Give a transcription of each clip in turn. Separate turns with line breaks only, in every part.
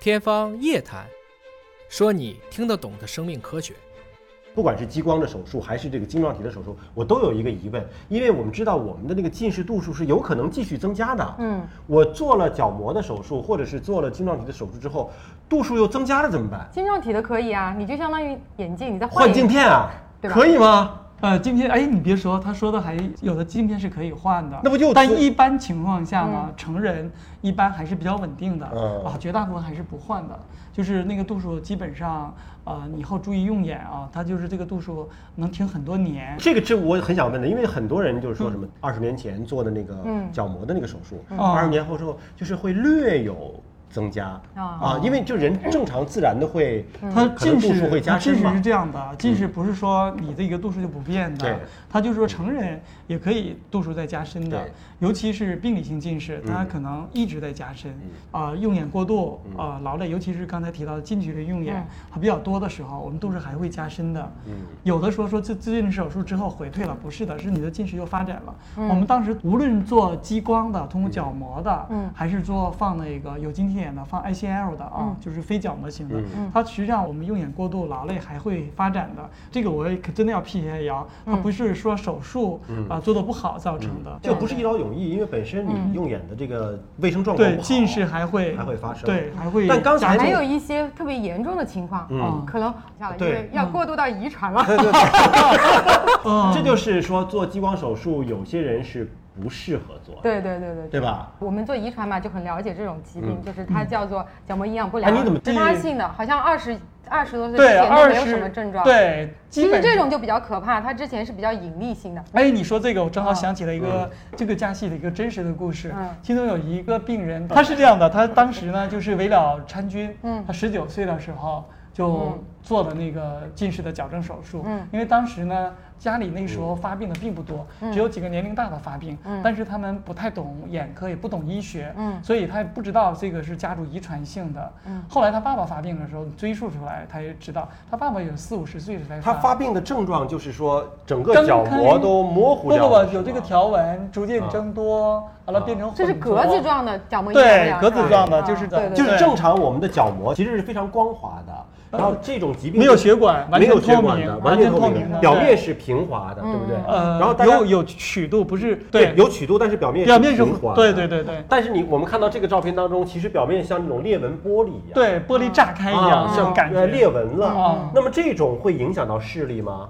天方夜谭，说你听得懂的生命科学。
不管是激光的手术还是这个晶状体的手术，我都有一个疑问，因为我们知道我们的那个近视度数是有可能继续增加的。
嗯，
我做了角膜的手术，或者是做了晶状体的手术之后，度数又增加了怎么办？
晶状体的可以啊，你就相当于眼镜，你再换
换
一
镜
个。
片啊，
对吧
可以吗？
呃，镜片，哎，你别说，他说的还有的镜片是可以换的，
那不就
但
是
一般情况下呢，成人一般还是比较稳定的，
嗯
啊，绝大部分还是不换的，就是那个度数基本上，呃，你以后注意用眼啊，它就是这个度数能挺很多年，
这个是我很想问的，因为很多人就是说什么二十年前做的那个
嗯
角膜的那个手术，
嗯
二十年后之后就是会略有增加
啊
啊，因为就人正常自然的会，
它
嗯可能
近
度
视
数会加
嗯它近
深
视
嘛嗯
是。这样的，近视不是说你这个度数就不变的，
对
它就是说成人也可以度数在加深的
对，
尤其是病理性近视，它
嗯
可能一直在加深，啊、用眼过度，啊、劳累，尤其是刚才提到的近距离用眼
嗯
还比较多的时候，我们度数还会加深的。
嗯
有的说说这近视手术之后回退了，不是的，是你的近视又发展了。
嗯
我们当时无论做激光的，通过角膜的，
嗯
还是做放那个有晶体眼的，放 ICL 的啊，
嗯
就是非角膜型的，
嗯
它实际上我们用眼过度劳累还会发展的，这个我也可真的要辟邪谣，
嗯
它不是说手术
嗯
啊、做的不好造成的，
这不是一劳永逸，因为本身你用眼的这个卫生状况
对
不好
近视还会
还会发生
对还会。
但刚才
还有一些特别严重的情况，哦
嗯
可能下来因
对
为要过渡到遗传了。
嗯
啊这就是说做激光手术，有些人是不适合做的，
对对对对
对
对。
吧？
我们做遗传嘛，就很了解这种疾病，
嗯
就是它叫做角膜营养不良，
哎你怎么
自发性的，好像二十二十多岁之
对
前都
二
没有什么
十
症状。，
对，基
其实
本
这
上
种就比较可怕，它之前是比较隐匿性的。
哎，你说这个，我正好想起了一
嗯
个、这个加戏的一个真实的故事。
嗯
其中有一个病人，他是这样的，他当时呢就是为了参军，
嗯
他十九岁的时候就做了那个近视的矫正手术，
嗯
因为当时呢家里那时
嗯
候发病的并不多，只有几个年龄大的发病，
嗯
但是他们不太懂眼科，也不懂医学，
嗯
所以他也不知道这个是家族遗传性的。
嗯
后来他爸爸发病的时候追溯出来，他也知道他爸爸也四五十岁才
他发病的症状就是说整个
睁开
角膜都模糊
不
掉
不
了，
不，有这个
是吗啊
条纹逐渐增多，完了变成
这是
混
格子
浊
状的角膜营养不
对
良，
格
是
子
吧
状的，
啊
就是
对
的，
对
就
对
是正常我们的角膜其实是非常光滑的，然后这种疾病
呃没有血管，完
没
全
有血
透
管的，
明，
完
全
全
透
透
明
明
的，
表面
对
是平滑的，
嗯
对不对？
呃，
然后大家
有有曲度，不是
对
对，
有曲度，但是表面
表面是
平滑的，
对对对对
但是你我们看到这个照片当中，其实表面像那种裂纹玻璃一样，
对，玻璃炸开一样
啊，
那
像
种感
呃
觉
裂纹了。
哦
啊。
那么这种会影响到视力吗？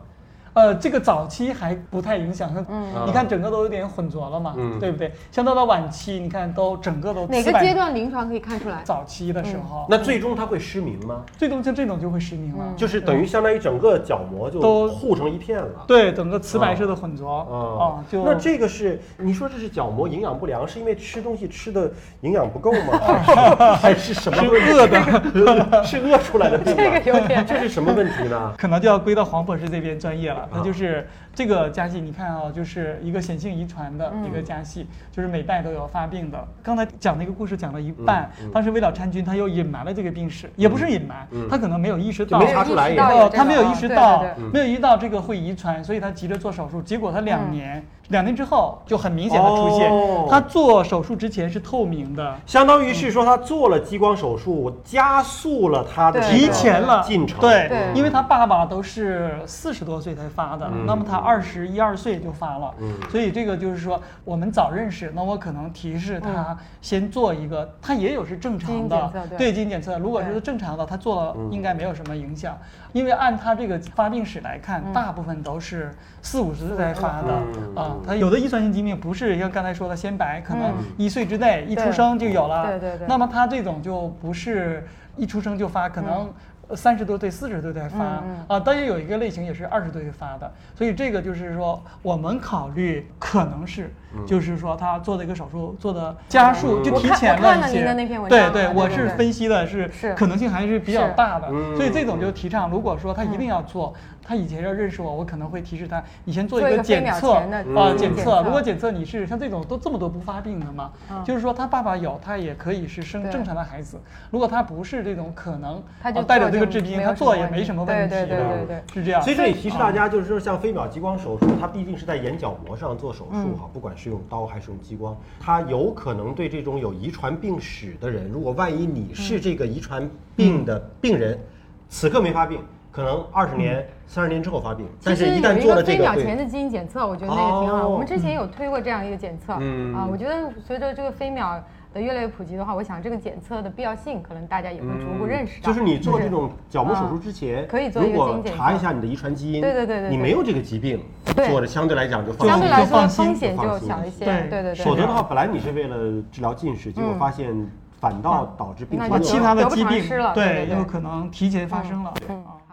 呃，这个早期还不太影响，
嗯
你看整个都有点混浊了嘛，
嗯
对不对？像到了晚期，你看都整个都
哪
瓷
个
板
阶段嗯临床可以看出来？
早期的时候，
那最终它会失明吗？
最终像这种就会失明
嗯
了，
就是等于相当于整个角膜就
都
糊成一片了。
对，整个瓷白色的混浊
啊
啊，，就
那这个是你说这是角膜营养不良，是因为吃东西吃的营养不够 吗？还是 什么？
是饿的，
是饿出来的病
这个
吗？
有点
这是什么问题呢？
可能就要归到黄博士这边专业
啊
了。那就是这个家系，你看啊、就是一个显性遗传的
嗯
一个家系，就是每代都有发病的。刚才讲那个故事讲了一半，
嗯
当时为了参军，他又隐瞒了这个病史，也不是隐瞒，他可能没有意识
嗯
到。
就 没查出来也
没有意识到
哦，他没有意
这
识
个啊
到
对对，
嗯
没有意识到这个会遗传，所以他急着做手术。结果他
嗯
两年，两年之后就很明显的出现
哦。
他做手术之前是透明的，
相当于是说他做了激光手术，加速了他的
对
这个
提前了
进程。
对，
对
因为他爸爸都是四十多岁才发的，那么他二十一二岁就发了，所以这个就是说我们早认识，那我可能提示他先做一个，他也有是正常
基因
的
检测，对
对基因检测，如果是正常的，他做了应该没有什么影响，因为按他这个发病史来看，大部分都是四五十岁才发的
嗯
啊，他有的遗传性疾病不是像刚才说的先白，可能
嗯
一岁之内一
对
出生就有了，
对对对
那么他这种就不是一出生就发，可能三十多岁、四十多岁才发、
嗯
啊。当然有一个类型也是二十多岁发的，所以这个就是说我们考虑可能是，就是说他做的一个手术做的家数就
我
提
看
前
嗯我看
了
了
一
您
些。
的那篇文章
对
了
对，
对
我
对
是
对
分析的是
是
可能性还是比较
是
大的
嗯，
所以这种就提倡，如果说他一定要做，他以前要认识我，我可能会提示他，你先做
嗯做一
一
个
个
飞
检
秒
测
前的
啊
嗯
检
检
测，
测
如果检测你是像这种都这么多不发病的嘛，就是说他爸爸有，他也可以是生
嗯对
正常的孩子。如果他不是这种，可能
他就
呃带着
做
这个
就
治病，
没
他
有什
做
么
也
问
没
题
什么
对
问题，
对对对对
是这样。
所以这里提示大
啊
家，就是说像飞秒激光手术，它毕竟是在眼角膜上做手
嗯
术哈，不管是用刀还是用激光，它有可能对这种有遗传病史的人，如果万一你
嗯
是这个遗传病的病人，此刻没发病，可能二十年、三十年之后发病，但
嗯其
是
实
一
有
旦
一
做了
个
这
飞
个，
秒前
对
的基因检测，我觉得那个挺好。
哦
我们之前有推过这样一个检测
嗯
啊，我觉得随着这个飞秒的越来越普及的话，我想这个检测的必要性可能大家也会逐步认识到。
嗯就是你做这种角膜手术之前，
嗯可以做一
如
个
果
基因检测
查一下你的遗传基因，
对对对对对
你没有这个疾病，
对
做的相对来讲就放
相
心
对
一
来
点。
说
放心
风险
放
就
心
小一些。
对
对对对，嗯
否则的话，本来你是为了治疗近视，结果发现反倒导致病情
那
啊，
恶
就
化
其他的
得不
疾
偿
病
失了对
对
对
也
对
有可能提前发生了。
嗯
啊